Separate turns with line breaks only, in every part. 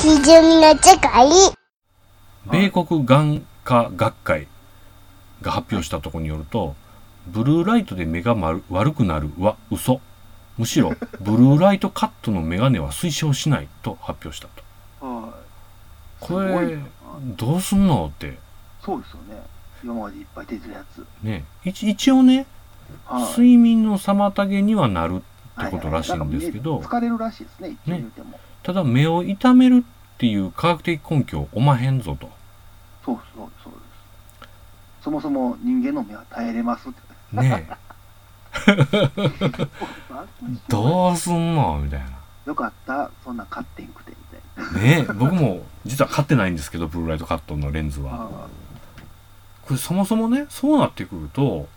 住民の世界。
米国眼科学会が発表したところによると、ブルーライトで目が丸悪くなるは嘘むし ろブルーライトカットのメガネは推奨しないと発表したと
は
こ
すごい
れ
な
どうすんのって
い。そうですよね。今までいっぱい出てるやつ。
ね一一応ね
はい。
睡眠の妨げにはなるってことらしいんですけ
は
ど
ははなんかね疲れるらしいですね、一見言うても。
ただ目を痛めるっていう科学的根拠おまへんぞと
そうそうそうです。そもそも人間の目は耐えれますって。
ね どうすんのみたいな
よかった、そんなん買ってんくて、みたいな。
ね僕も実は買ってないんですけどブルーライトカットのレンズは
あ
これそもそもねそうなってくると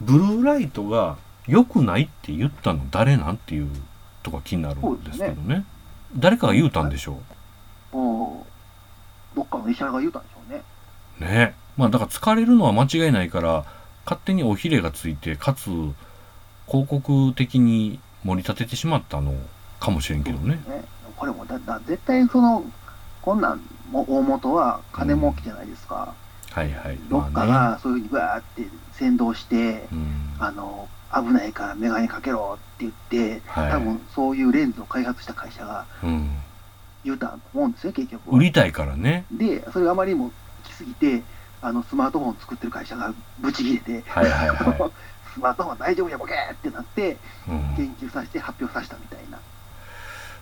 ブルーライトが良くないって言ったの誰なんていうとか気になるんですけどね誰かが言うたんでしょ
あ、もう、どっかの医者が言うたんでしょうね。
うねまあだから疲れるのは間違いないから勝手におひれがついてかつ広告的に盛り立ててしまったのかもしれんけどね
ねこれもだ、だ絶対その、こんなん、も大元は金儲けじゃないですか。
はいはい
どっか
まあね
がそういうふうにわーって先導して、
うん
あの、危ないからメガネかけろって言って、
はい
多分そういうレンズを開発した会社が
うん
言うたと思うんですよ、結局は。
売りたいからね
で、それがあまりにも来すぎて、あのスマートフォン作ってる会社がブチ切れて、
はいはいは
スマートフォン大丈夫や、ボケーってなって、
い、うん、
研究させて発表させたみたいな、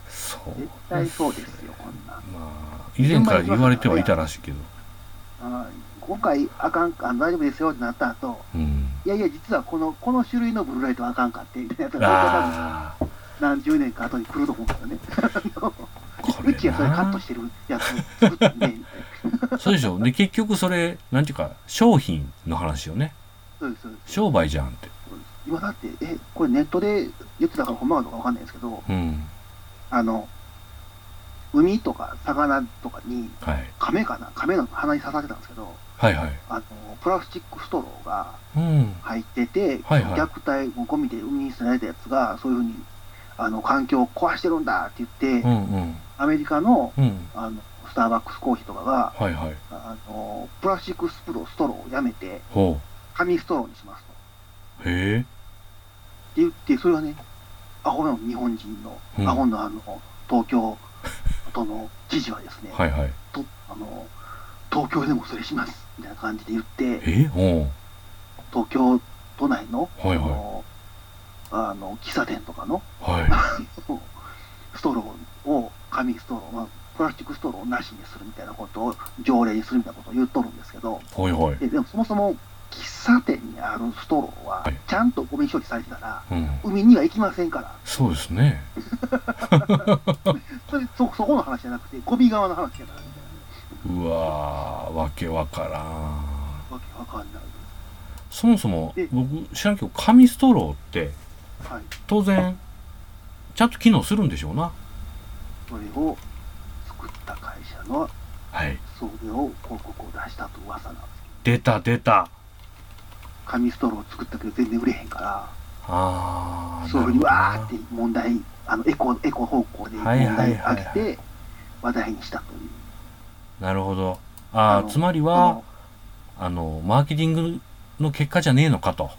そう
絶対そうですよ、こんなん。
まあ以前から言われてはいたらしいけど
あー今回、あかんあの大丈夫ですよってなった後
うん
いやいや、実はこのこの種類のブルーライトはあかんかってみたいなやつが、
ああ
何十年か後に来ると思うんですよね。
こ
う
れ
ちはそれカット
な
してるやつ作ったんで、みたいな
そうでしょで結局それなんていうか商品の話よね
そうですそうです
商売じゃんって
今だって、え、これネットで言ってたからほんまかどうかわかんないですけど、
うん
あの、海とか魚とかに、
はい
亀かな亀の鼻に刺さってたんですけど、
はいはい
あの、プラスチックストローが
うん
入ってて、
はいはい
虐待、ゴミで海に捨てられたやつが、そういうふうに、あの、環境を壊してるんだって言って、
うんうん
アメリカの、
うん
あの、スターバックスコーヒーとかが、
はいはい
あの、プラスチックスプロストローをやめて、
ほ
紙ストローにしますと。
うへえ
って言って、それはね、アホの日本人の、
うん
アホのあの、東京都の知事はですね、
はいはい
とあの東京でもそれしますみたいな感じで言って、
えおう
東京都内の,、
はいはい
あのあの喫茶店とかの
は
ストローを、紙ストロー、まあ、プラスチックストローをなしにするみたいなことを条例にするみたいなことを言っとるんですけど、
いはいはい
ででもそもそも喫茶店にあるストローは
はい、
ちゃんとゴミ処理されてたら、
うん
海には行きませんから、
そうですね
それそそこの話じゃなくて、ゴミ側の話やからみたいう
わーわけわからん
な、わけわかんないで
そもそも
え
僕知らんけど紙ストローって
す。はい
当然ちゃんと機能するんでしょうな
それを作った会社の
はい
それを広告を出したと噂なんですけど
出た出た
紙ストローを作ったけど全然売れへんから
ああ
そういうふうにわーって問題あのエコエコ方向で問
はいはいはい
題
はい
上げて話題にしたという、
なるほどあ
あ
あ
の
つまり
あ
は
の
あのマーケティングの結果じゃねえのかと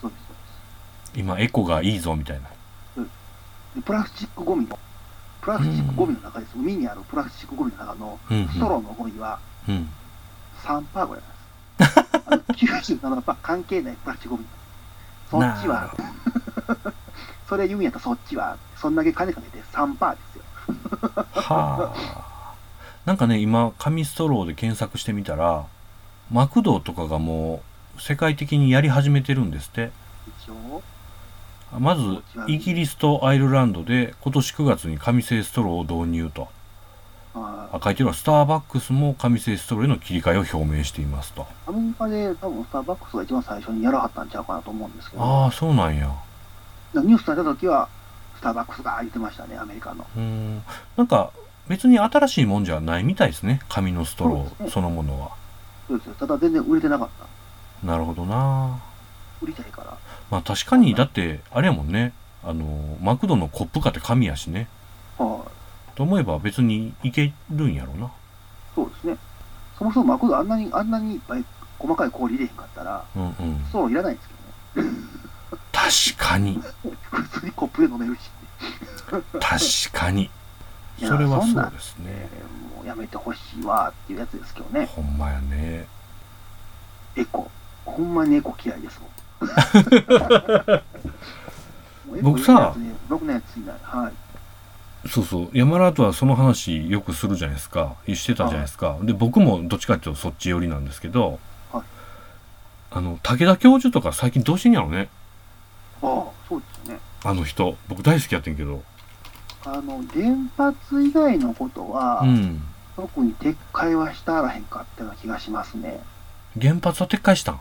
そうですそう
今エコがいいぞみたいな
ですでプラスチックゴミのプラスチックゴミの中です、海にあるプラスチックゴミの中の
うんうん
ストローのゴミは
うん
3パ ーぐらいなんですあの97パー関係ないプラスチックゴミそっちは
なる
それ言うんやったらそっちはそんだけ金かけて3パーですよ
ほどはあなんかね今紙ストローで検索してみたらマクドとかがもう世界的にやり始めてるんですって
一応
まずイギリスとアイルランドで今年9月に紙製ストローを導入と
あ
あ書いてるわスターバックスも紙製ストローへの切り替えを表明していますと
アメリカで多分スターバックスが一番最初にやらはったんちゃうかなと思うんですけど、
ああそうなんや
ニュースされた時は、スターバックスが言ってましたね、アメリカの。
うーんなんか別に新しいもんじゃないみたいですね紙のストロ
そうです
ー
ね
そのものは
そうですよ。ただ全然売れてなかった。
なるほどな
売りたいから。
まあ確かにだってあれやもんねあのマクドのコップかって紙やしね
は
と思えば別にいけるんやろうな。
そうですね。そもそも膜があんなに、あんなにいっぱい細かい氷入れへんかったら、
うんうん。
ストローいらないんですけ
確かに。
どね。普通にコップで飲めるし。
確かに。
いや
それは
そん
そ
な
うです
え
ね。
ーもうやめてほしいわっていうやつですけどね。
ほんまやね。
エコ。ほんまにエコ嫌いです、 僕
僕さ
エコ嫌いですね僕のやついない。はい。
そうそう。山田とはその話よくするじゃないですか。してたじゃないですか。で、僕もどっちかっていうとそっち寄りなんですけど
はい、
あの、武田教授とか最近どうしてんやろね。
ああ、そうですよね。
あの人。僕大好きやってんけど。
あの、原発以外のことは、
うん。
特に撤回はしたあらへんかったような気がしますね。
原発を撤回したん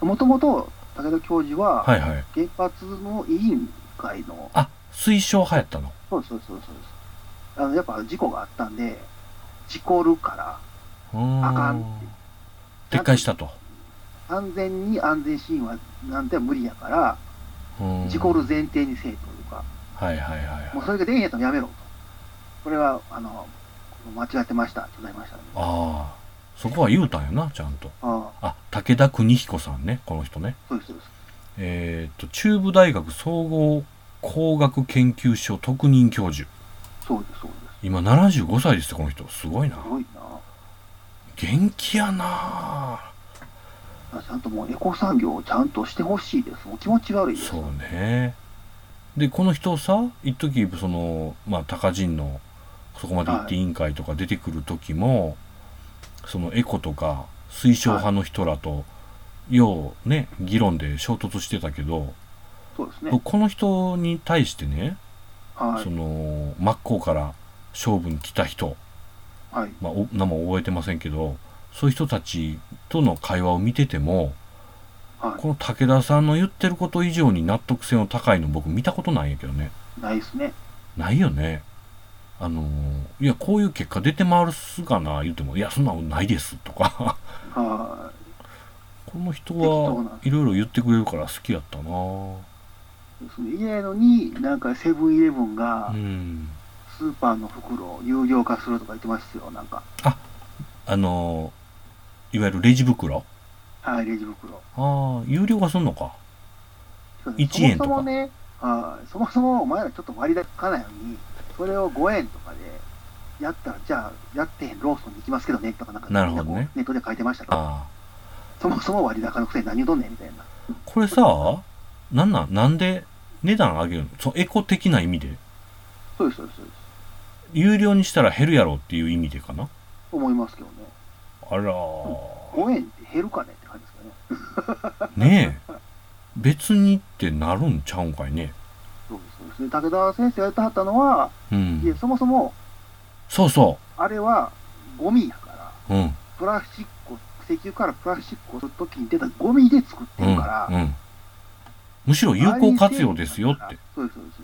もともと武田教授は、
はいはい。
原発の委員会の、
あ、推奨派やったの。
そうですそうですそうですあの、やっぱ事故があったんで、事故るから、
うーん
あかんって
撤回したと。
安全に安全神話なんて無理やから、
うーん
事故る前提にせえというか、
はいはいはいはい。
もうそれが出えへんやったらやめろと。これは、あの、間違ってましたってなりましたね。
ああ。そこは言うたんやな、ちゃんと。
ああ、
あ、武田邦彦さんね、この人ね。
そうですそうです。
えっ、と、中部大学総合工学研究所特任教授。
そうですそうです。
今75歳ですよこの人。すごいな
す。ごいな。
元気やな
ちゃんともうエコ産業をちゃんとしてほしいです。もう気持ち悪いです。
そうね。で、この人さ、一時その、まあ、高人の、そこまで行って委員会とか出てくる時も、そのエコとか、推奨派の人らと、ようね、議論で衝突してたけど、
そうですね。
僕この人に対してね、
は
そ
い。
の、真っ向から勝負に来た人、
はい。
まあ、お名前覚えてませんけど、そういう人たちとの会話を見てても、
は
この武田さんの言ってること以上に納得性の高いの僕見たことないんやけどね。
い。ないですね。
ないよね。あのーいや、こういう結果出て回るすかな、言うても、いや、そんなのないです、とか。
は
この人
適当な。
はいろいろ言ってくれるから好きやったない
その家のに、なんかセブンイレブンが
うん。
スーパーの袋を有料化するとか言ってますよ。なんか。
あのーいわゆるレジ袋。
はい、レジ袋。
ああ、有料化すんのか。1円とか
そもそもね、はい。そもそもお前らちょっと割高かないのに、それを5円とかで、やったら、じゃあ、やってへんローソンに行きますけどね、とかなんか、
なるほどね
ネットで書いてましたから、
ああ。
そもそも割高のくせに何をどんねんみたいな。
これさ、なんなん、なんで値段上げるのそのエコ的な意味で。
そうです、そうです、そうです。
有料にしたら減るやろっていう意味でかな。
思いますけどね。
あら
5円って減るかねって感じですかね。
ー。ねえ。別にってなるんちゃうんかいね。
そうですそうですね。武田先生が言ってはったのは、
う
いや、
ん。
そもそも、
そうそ
あれはゴミやから、
う。うん。
プラスチックを、石油からプラスチックを取るときに出たゴミで作って
うん
るから、
うん、むしろ有効活用ですよって。
そうです、そうです。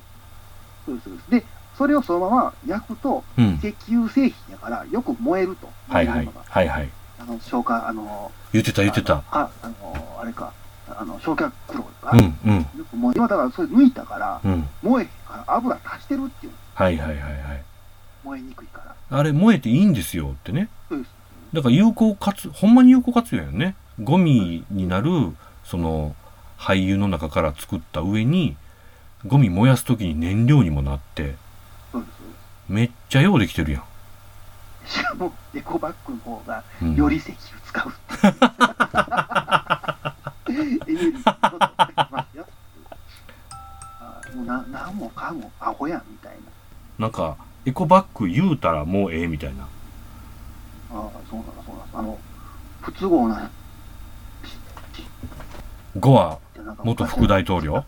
そうです、そうです。で、それをそのまま焼くと、
うん。
石油製品やから、よく燃えると。
はいはい
燃えるのが。
はいはい。
あの、消火、あの、
言ってた言ってた。
ああの、あれか、あの、焼却苦労か。
うんうん
よく燃える。今だから、それ抜いたから、
うん。
燃えへんから油足してるっていう。
はいはいはいはい。
燃えにくいから。
あれ燃えていいんですよってね。
そうです。
だから有効活、ほんまに有効活用やんね。ゴミになる、その、廃油の中から作った上に、ゴミ燃やすときに燃料にもなって、
そうです。そうです
めっちゃようできてるやん。
しかもエコバッグの方が
うん
より石油使うっていう、エネルギーを取ってきますよあーもうな何もかもアホやんみたいな
なんか、エコバッグ言うたらもうええみたいな。
ああそうなのそうなのあの不都合なし
ゴア
ってなんか
元副大統領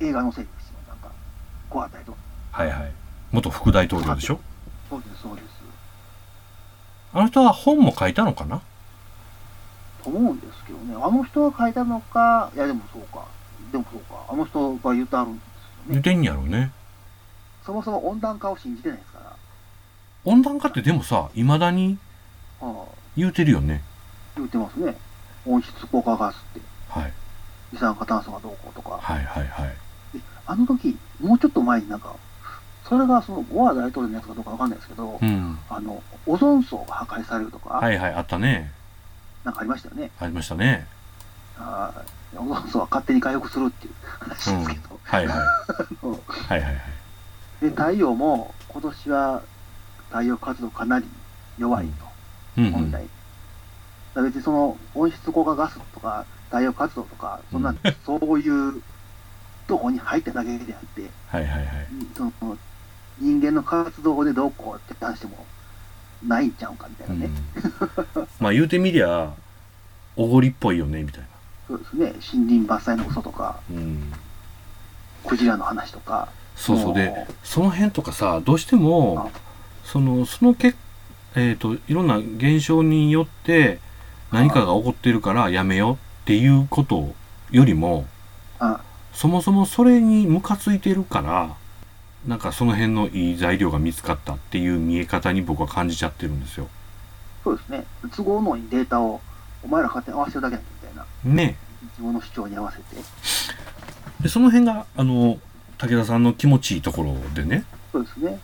映画のせいですよなんかごあたりと
はいはい。元副大統領でしょ
そうですそうです
あの人は本も書いたのかな
と思うんですけどねあの人が書いたのかいやでもそうかでもそうかあの人が言ってあるんですよ
言
ね
ってんやろね。
そもそも温暖化を信じてないですから
温暖化ってでもさ、未だに
ああ
言うてるよね。
言ってますね。温室効果ガスって、
はい。
二酸化炭素がどうこうとか。
はいはいはい。
あの時、もうちょっと前になんか、そそれがそのゴア大統領のやつかどうかわかんないですけど、
うん。
あの、オゾン層が破壊されるとか、
はいはい、あったね。
なんかありましたよね。
ありましたね。
はいオゾン層は勝手に回復するっていう 話
うん。
で
は
すけ
い
ど、
はい。はいはいはい。
で太陽も今年は太陽活動かなり弱いと、
うん、う
本
ん。
来。だから別にその温室効果ガスとか太陽活動とか、そんな、
うん
そういうとこに入っただけであって、
はいはいはい。
その人間の活動でどうこうって話してもないんちゃうかみたいうなね、
ん、まあ言うてみりゃ、おごりっぽいよね、みたいな。
そうですね、森林伐採の嘘とか、
うん。
クジラの話とか、
そうそう。で、
も
その辺とかさどうしてもそのそのけ、えー、といろんな現象によって何かが起こってるからやめようっていうことよりも
あ
そもそもそれにムカついてるからなんかその辺のいい材料が見つかったっていう見え方に僕は感じちゃってるんですよ。
そうですね、都合のいいデータをお前ら勝手に合わせるだけだみたいな、
ね
自分の主張に合わせて、
でその辺があの武田さんの気持ちいいところでね
そうですね、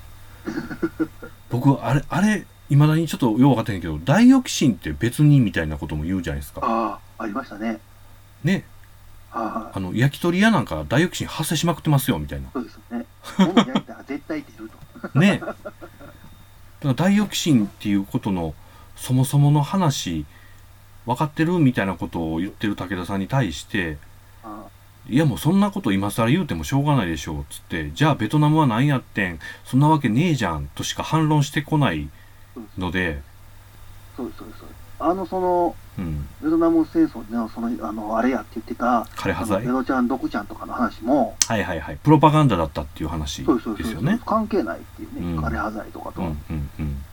僕あれあれいまだにちょっとよう分かってへんけどダイオキシンって別にみたいなことも言うじゃないですか。
ああ、ありましたね、
ね
ああ
あの焼き鳥屋なんかダイオキシン発生しまくってますよみたい
そうですね、物やったら絶対出ると、
なね だからダイオキシンっていうことのそもそもの話分かってるみたいなことを言ってる武田さんに対して
ああ
いやもうそんなこと今更言うてもしょうがないでしょうっつってじゃあベトナムは何やってんそんなわけねえじゃんとしか反論してこないので
そうです、そうです、そうですあの、その、
うん
ベトナム戦争での、その、あの、あれやって言ってた、
枯葉
あの
剤
ベロちゃん、ドクちゃんとかの話も、
はいはいはいプロパガンダだったっていう話
そうです、そう
で
です
すよ
そうで
ね
す、関係ないっていうね、
うん
枯葉剤とかと。
うんう
あ
んうん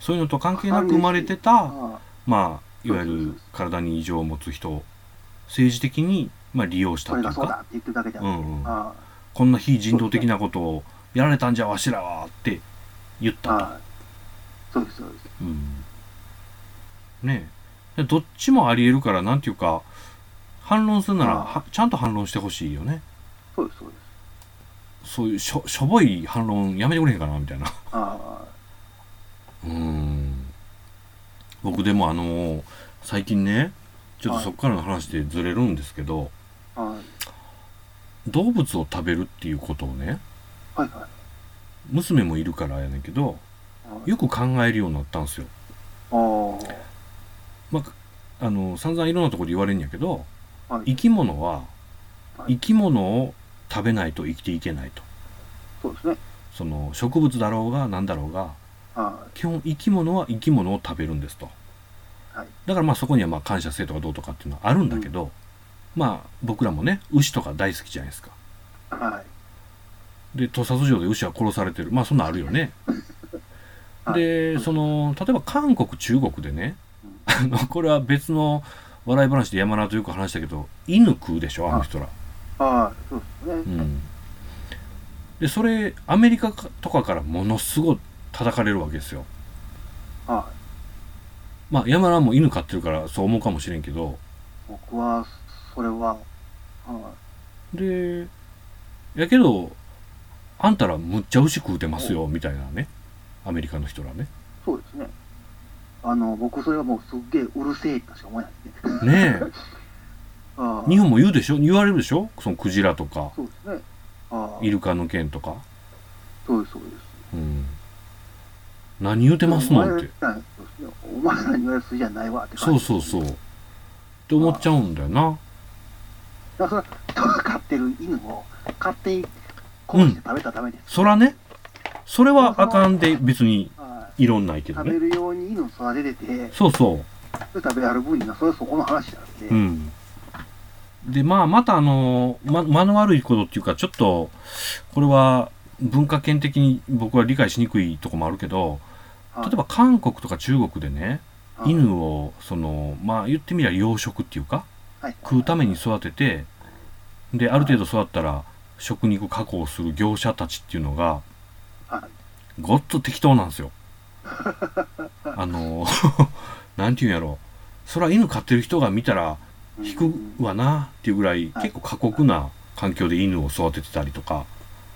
そういうのと関係なく生まれてた
あ
まあ、いわゆる体に異常を持つ人を政治的に、まあ、利用した
そ
とい
れ
う
がそう
か
だって言ってるだけじゃなく
う
て、
んうん
あ
こんな非人道的なことをやられたんじゃわしらはって言っ
あ
たと
ああそうです、そうです。
うん、ねえでどっちもありえるからなんていうか反論するなら
ああ
はちゃんと反論してほしいよね
そうです、そうです。
そういうしょしょぼい反論やめてくれへんかなみたいな
あ
うん僕でもあの最近ねちょっとそっからの話でずれるんですけど、
あ、はい、
動物を食べるっていうことをね
はい、はい。
娘もいるからやねんけどよく考えるようになったんですよ。
あー
まあ、あの散々いろんなところで言われるんやけど
は
生、
い
き物は
はい
生き物を食べないと生きていけないと
そうですね。
その植物だろうが何だろうが
あ
基本生き物は生き物を食べるんですと
はい
だからまあそこにはまあ感謝性とかどうとかっていうのはあるんだけど、まあ僕らもね牛とか大好きじゃないですか
あ、はい、
で屠殺場で牛は殺されてるまあそんなんあるよね
はい
でその例えば韓国中国でね
うん
あのこれは別の笑い話で山名とよく話したけど犬食うでしょあの人ら、
ああ、そうです
う
ね。
ん、でそれアメリカかとかからものすごい叩かれるわけですよ
は
まあ山名も犬飼ってるからそう思うかもしれんけど
い、僕は、それは、は
でやけどあんたらむっちゃ牛食うてますよみたいなねアメリカの人らね
い、そうですね。あの、僕、それはもうすっげえうるせえとしか思えないですね。
ねえ
ああ
日本も言うでしょ言われるでしょそのクジラとか
そうですね。ああ
イ、ルカの件とか、
そうです、そうです。
うん、何言うてますのんって
お前らそうですねお前らに言われる筋じゃないわって
そう
感じ。
そうそうって思っちゃうんだよな
だから、それ、飼ってる犬を勝手に殺して食べたためです。
そらねそれはあかんで別に
はい
異論ないけど
食べ
ね
るように犬を育ててて、
そうそ
それ食べやる分には、それはそこの話なんで、
ううんでまあまたあのま間の悪いことっていうかちょっとこれは文化圏的に僕は理解しにくいとこもあるけど
はい
例えば韓国とか中国でね
はい
犬をそのまあ言ってみりゃ養殖っていうか
はい
食うために育ててである程度育ったら食肉加工する業者たちっていうのが
はい
ごっと適当なん ですよあの なんていうんやろそら犬飼ってる人が見たら引くわなっていうぐらい
はい
結構過酷な環境で犬を育ててたりとか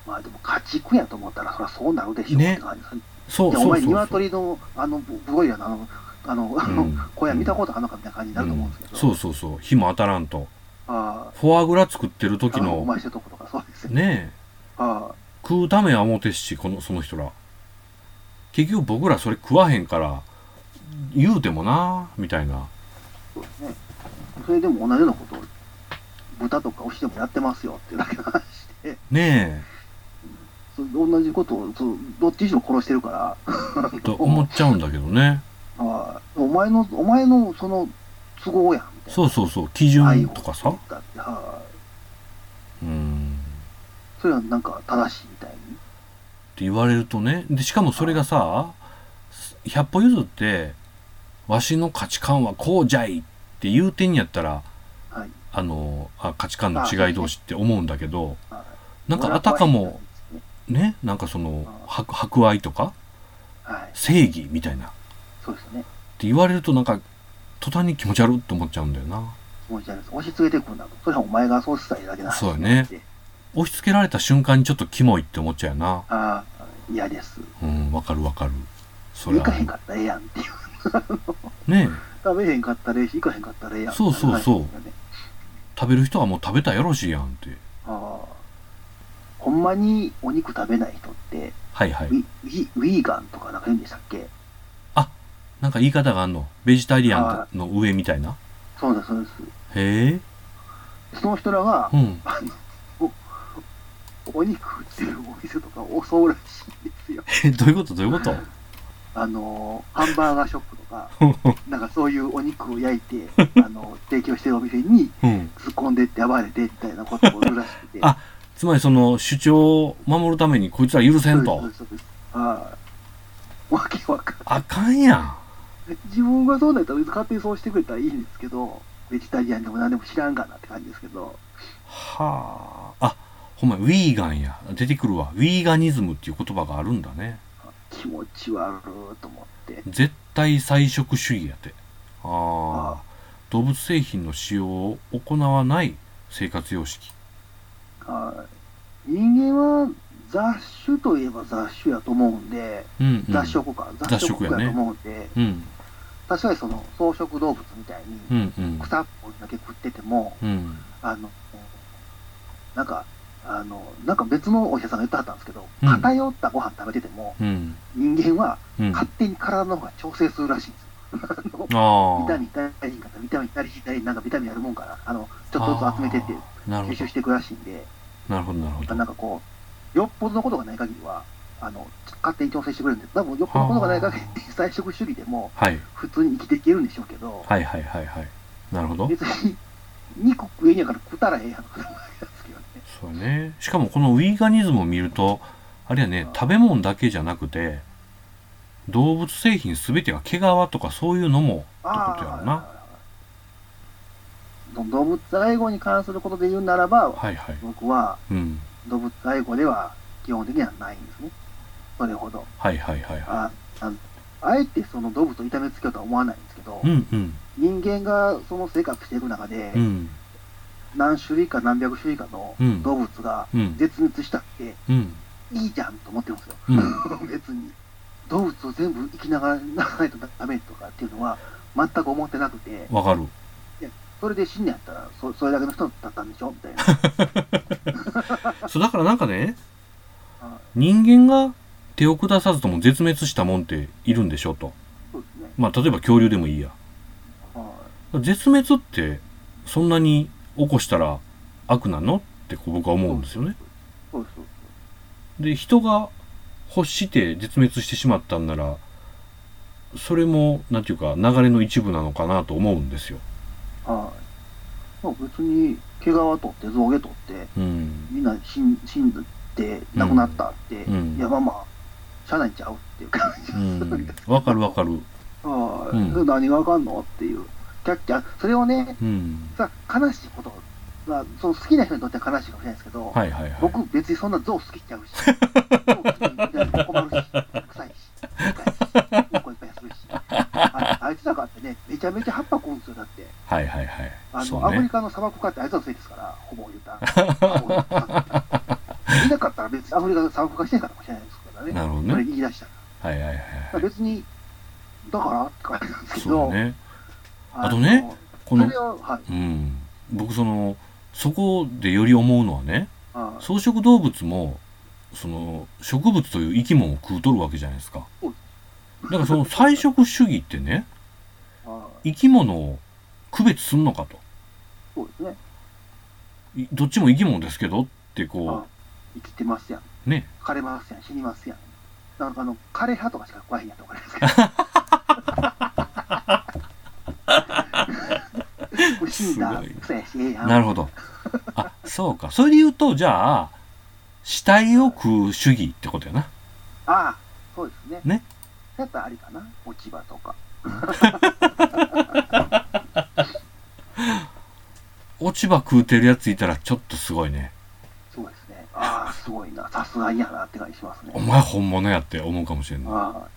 まあでも家畜やと思ったらそりゃそうなるでしょう
ね
って感じ
そう
じゃあ
そうそう
お前
そう
鶏のあのブブゴイラのあのあのあの
うん
小屋見たことあるのかみたいな感じになると思うんですけど、
そうそうそう火も当たらんと
あ
フォアグラ作ってる
あ
時
あのお
の
前してるとことかそうですよ、
ねえ
あ
食うためは思うてしこのその人ら結局僕らそれ食わへんから言うてもなみたいな
あそうですねそれでも同じようなことを豚とか牛でもやってますよっていうだけの話で
ね
そう同じことをそうどっちにしろ殺してるから
え と思っちゃうんだけどね
ああお前のお前のその都合やんみたいな
そうそうそう基
愛
準
を
とかさ
だってはあ
うん
それはなんか正しいみたいに
って言われるとねでしかもそれがさ百歩譲ってわしの価値観はこうじゃいって言うてんやったら
はい
あのあ価値観の違い同士って思うんだけど
あ
なんかあたか
俺
も
は怖いんですね
ねなんかその
あ
博博愛とか
はい、
正義みたいなっ
そうですよね。
て言われるとなんか途端に気持ち悪って思っちゃうんだよな
もうじゃあ押し付けてくんだと。それはお前がそうしたいだけな
そうよね。押し付けられた瞬間にちょっとキモいって思っちゃうよな
ああ、嫌です。
うんわかるわかるそれ
行
は
かへんかったらええやんっていう。
ね
食べへんかったらええし、行かへんかったらええやん。
そうそうそう
なるんですよね
食べる人はもう食べたらよろしいやんって
ああ。ほんまにお肉食べない人って、
はいはい
ウィウィウィーガンとかなんか言うんでしたっけ
なんか言い方があんのベジタリアンの上みたいな
そうです、そうで
へえ
す。その人らは、
うん
あの、おお肉売ってるお店とかを襲うらしいんですよ。
えどういうことどういうこと
あの、ハンバーガーショップとか、なんかそういうお肉を焼 いて、あの、提供してるお店に、
うん。
突っ込んでって暴れてみたいなことを言うらしくて
あつまりその主張を守るためにこいつら許せん
そう
と
ですそうですはい。わけわかんな
あかんやん
い。自分がそうだったら勝手にそうしてくれたらいいんですけど、ベジタリアンでも何でも知らんがなって感じですけど、
はああほんまやウィーガンや出てくるわウィーガニズムっていう言葉があるんだね
気持ち悪いと思って。
絶対菜食主義やてああ動物製品の使用を行わない生活様式
はい。人間は雑種といえば雑種やと思うんで、
うん、うん、
雑食か、
雑
雑
食
食
や
や
ね
と思うんで、
うん
確かにその草食動物みたいに、
うんうん
草っぽいだけ食ってても、
うん
あの、なんか、あの、なんか別のお医者さんが言ってはったんですけど、
うん
偏ったご飯食べてても、
うん
人間は
うん
勝手に体の方が調整するらしいんですよ。あの
あ
ビタミン足りひんかったらビタミン足りひん足りひんなんかビタミンあるもんから、あの、ちょっとずつ集めてって
あなるほ
吸
ど
収していくらしいんで、
なるほどなるほど
なんかこう、よっぽどのことがない限りは、あの、勝手に調整してくれるんで、多分よっぽどのことがない限り、菜食主義でも
はい
普通に生きていけるんでしょうけど、
はいはいはいはいなるほど
別に肉食えんやから食ったらええやんかと思いますけどね。
そうやねしかもこのウィーガニズムを見るとあれやね食べ物だけじゃなくて動物製品全てが毛皮とかそういうのもってことやろな
ど動物愛護に関することで言うならば、
はいはい
僕は
うん
動物愛護では基本的にはないんですね。それほど。
はいはいはいは
ああのあえてその動物を痛めつけようとは思わないんですけど、
いうんうん
人間がその生活していく中で、
うん
何種類か何百種類かの
うん
動物が
うん
絶滅したって、
うん
いいじゃんと思ってるんですよ。
うん
別に。動物を全部生きながらないとダメとかっていうのは全く思ってなくて、
わかる
それで死んだんやったらそ、それだけの人だったんでしょみたい な。
そうだからなんかね
あ
人間が手を下さずとも絶滅したもんっているんでしょと
そうですね。
まあ例えば恐竜でもいいや
は
絶滅ってそんなに起こしたら悪なのってこう僕は思うんですよね
い。そうそう
で人が欲して絶滅してしまったんならそれもなんていうか流れの一部なのかなと思うんですよ。
そう。はい。まあ別に、毛皮取って、象牙取って、
うん、
みんな死ん死んで亡くなったって、
うん
いやまあまあ、しゃあないんちゃうっていう感じ
う
です
ん、わかるわかる。
はい。
うん
それ何があかんのっていう。キャッキャ、それをね、
うん、
さ悲しいこと、まあ、その好きな人にとっては悲しいかもしれないですけど、
はいはいはい。
僕別にそんな象好き ちゃうし、象好きになるの困るし、臭いし、臭いし、うんこいっぱいするし、ああいつらかってね、めちゃめちゃ葉っぱ食うんですよ、だって。
はいはいは
あ
い。
の、
そう
アフリ
ね。
カの砂漠かってあいつらのせいですから、ほぼ言うたら。ほぼ言うたらいなかったら別にアフリカが産婦化してんからかもしれないですからね。
なるほど
それ
ね。
言い出したら。
はいはいはい
まあ
は
別に、だからって感じなんです
い。
け
そう
ど、
ね。
あの
あとね、こ
そ
の
れ、は、はい。
うん。僕その、そこでより思うのはね、
あ
草食動物も、その、植物という生き物を食うとるわけじゃないですか。だからその菜食主義ってね、
あ
生き物を区別すんのかと。
そうですね。
いどっちも生き物ですけどって
あ
こ
生きてますやん。
う、ね。
枯れますやん。死にますやん。なんかあの、枯れ葉とかしか怖いんやと思い ますけど。 これ死んだ
すごい
草やし、ええやん。
なるほど。あ、そうか。それで言うと、じゃあ、死体を食う主義ってことやな。
ああ、そうですね。
ね。
やったらありかな。落ち葉とか。
落ち葉食うてるやついたらちょっとすごいね。
そうですね。ああ、すごいな。さすがにやなって感じしますね
お。前本物やって思うかもしれんない。
あ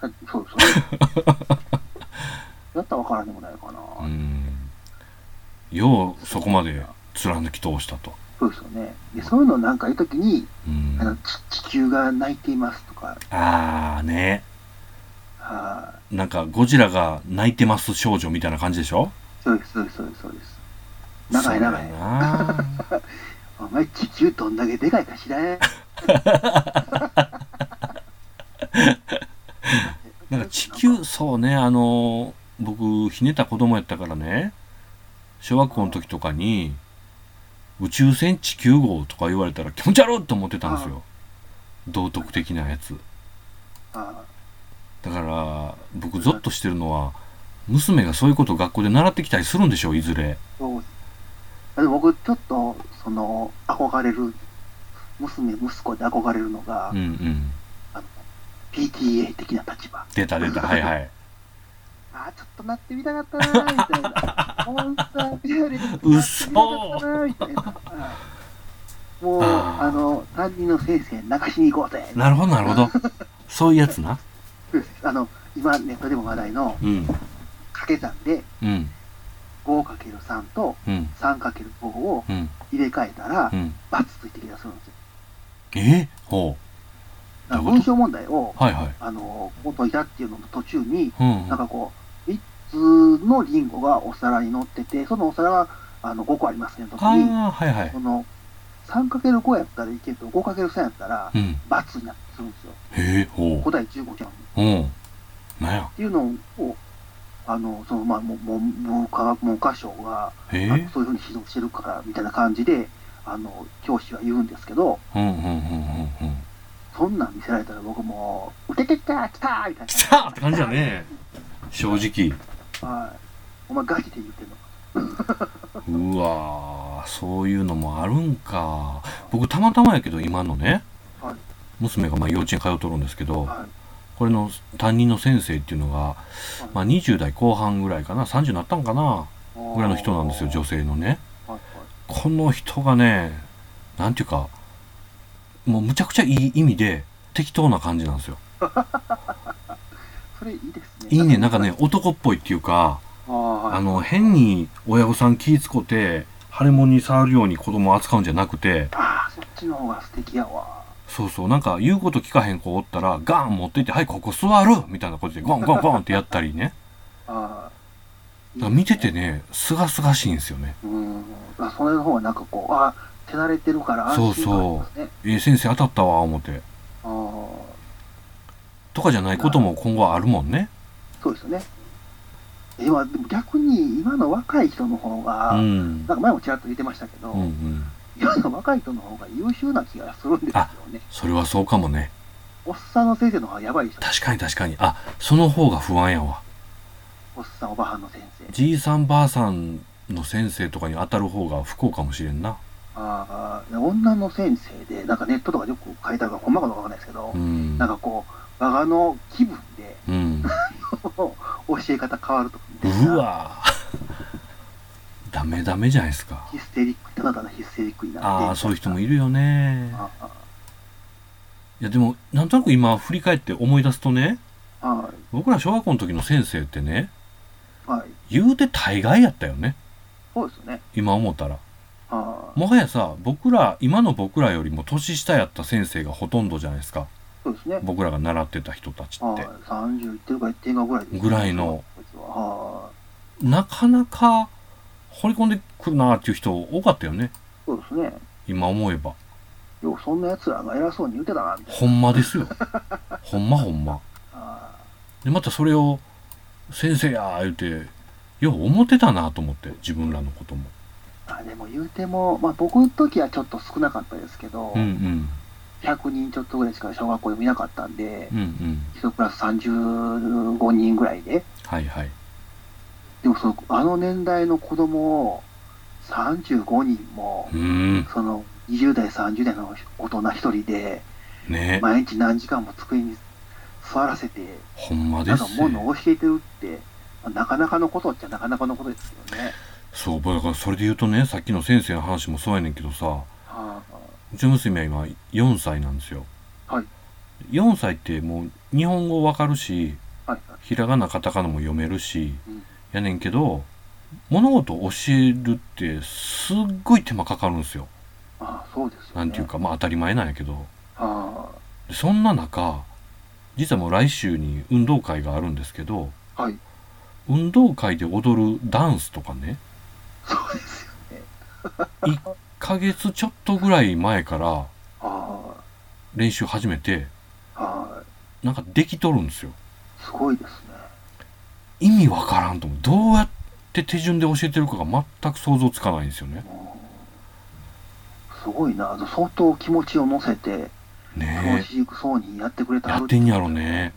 あ。さそうそう。 やったらわからんでもないかな。
うん。よう、そこまで貫き通したと。
そうですよね。で、そういうのなんかいうときに、
うん
あ。の、ち地球が泣いていますとか、
あーね。
ああ、
なんか、ゴジラが泣いてます少女みたいな感じでしょ
そうです、そうです、そうです、そうです。長い長
そう
い
や。な
お前、地球どんだけでかいか知らん。
なんか地球、そうね、あの、僕、ひねた子供やったからね、小学校の時とかに、宇宙船地球号とか言われたら気持ち悪いと思ってたんですよ。道徳的なやつ。
あ
だから、僕、ゾッとしてるのは、娘がそういうことを学校で習ってきたりするんでしょう、いずれ。
そうでも僕、ちょっと、その、憧れる、娘、息子で憧れるのが、
うんうん。
あの PTA 的な立場。
出た出た、はい はい。
あーちょっとなってみたかったなーみたい な。本当はリアルになってみたかったなーみたいな。もう、
あー
あの、担任の先生流しに行こうぜ。
なるほど、なるほど。そういうやつな。
あの、今ネットでも話題の
うん、
掛け算で
うん、
5×3 と
うん、
3×5 を
うん、
入れ替えたら
う、ん。
バツついてきたりするんですよ。
えほ
だから
どういうこ
文
と
章問題を、
う。はいはい。
あの、こう解いたっていうのの途中に、
うん、うん
なん。かこう、3つのリンゴがお皿に乗ってて、そのお皿があの5個ありますね、時に、
ああ、はいはい。
この 3×5 やったらいけるけど、5×3 やったら
うん。
×になってするんですよ。
へえ、ほ
答え15じゃん。っ
う。うん。なんや。
ていうのを、あの、その、まあ、も文文科学文科省が、
へ
あの
え。
そういうふうに指導してるから、みたいな感じで、あの、教師は言うんですけど、
うんうんうんうんうん。
そんなん見せられたら僕もう、うててきたきたーみたい
きたって感じだね。正直。
な。はい。お前ガチで言ってんのか。
うわー、そういうのもあるんか。僕、たまたまやけど、今のね
はい、
娘がまあ幼稚園通っとるんですけど、
はい。
これの担任の先生っていうのが、まあ、20代後半ぐらいかな、30になったんかな、ぐらいの人なんですよ、女性のね。
はい
この人がね、なんていうか、もうむちゃくちゃいい意味で適当な感じなんですよ。
それいいですね。
いいね、なんかね、男っぽいっていうか、
あー、はい
あの、変に親御さん気ぃつこて、腫れ物に触るように子供を扱うんじゃなくて、
あー、そっちの方が素敵やわ。
そうそう、なんか言うこと聞かへん子おったら、ガーン持っていって、はい、ここ座るみたいなことで、ゴンゴンゴンってやったりね。
あー
だから見てて。ね、すがすがしいんですよね。
いいですうん。あ、それの方がなんかこう、あ手慣れてるから安心感ありますね。
えー先生当たったわ、思って。
あ
とかじゃないことも今後はあるもんね。
あ、そうですよね。今、でも逆に今の若い人の方が、
うん。
なんか前もちらっと言ってましたけど、
うんうん。
今の若い人の方が優秀な気がするんですよね。
それはそうかもね。
おっさんの先生の方がやばいでしょ。
確かに確かに。あ、その方が不安やわ。
おっさん、おばはんの先生。
じいさんばあさんの先生とかに当たる方が不幸かもしれんな。
ああ、女の先生で、なんかネットとかでよく書いてあるから、ほんまかどうかわかんないですけど、
うん。
なんかこう、我がの気分で、
うん。
教え方変わるとかみたいうな、
わ ぁ。ダメダメじゃないですか。
ヒステリック、ただただヒステリックになって。
ああ、そういう人もいるよね。
ああ
いやでも、なんとなく今振り返って思い出すとね、
あは
僕ら小学校の時の先生ってね、
い、はい、
言うて大概やったよね。
そうですよね。
今思ったら。
ああ
もはやさ僕ら今の僕らよりも年下やった先生がほとんどじゃないですか
そうですね。
僕らが習ってた人たち
あ
って
あ30いってるかいってんかぐらいです
ぐらいの。
こいつはああ
なかなか掘り込んでくるなーっていう人多かったよね
そうですね。
今思えば
ようそんな奴らが偉そうに言うてたな、みたいな。
ほんま ですよほんまほんま
あ
でまたそれを「先生や」言うてよう思ってたなと思って自分らのことも
あああでも言うても、まあ僕の時はちょっと少なかったですけど、
うんうん
100人ちょっとぐらいしか小学校でもいなかったんで
う、んうん
一クラス35人ぐらいで、
はいはい
でもそのあの年代の子供を35人も
う、ーん
その20代、30代の大人一人で、
ね
毎日何時間も机に座らせて、
ほんま
な
で
んか
す
物を教えてるって、まあなかなかのことっちゃなかなかのことですよね。
そうだからそれで言うとねさっきの先生の話もそうやねんけどさ
はあ
うちの娘は今4歳なんですよ
はい
4歳ってもう日本語わかるし
はい
ひらがなカタカナも読めるし
うん
やねんけど物事を教えるってすっごい手間かかるんですよ
ああそうですよね。
なんていうかまあ当たり前なんやけど
あ
でそんな中実はもう来週に運動会があるんですけど
あはい。
運動会で踊るダンスとかね
そうですよね。
1ヶ月ちょっとぐらい前から
あ
練習始めて
あは
なんかできとるんですよ
い。すごいですね。
意味わからんと思うどうやって手順で教えてるかが全く想像つかないんですよね
すごいな。相当気持ちを乗せて、楽
ね
しくそうにやってくれ
え
た
やってんやろね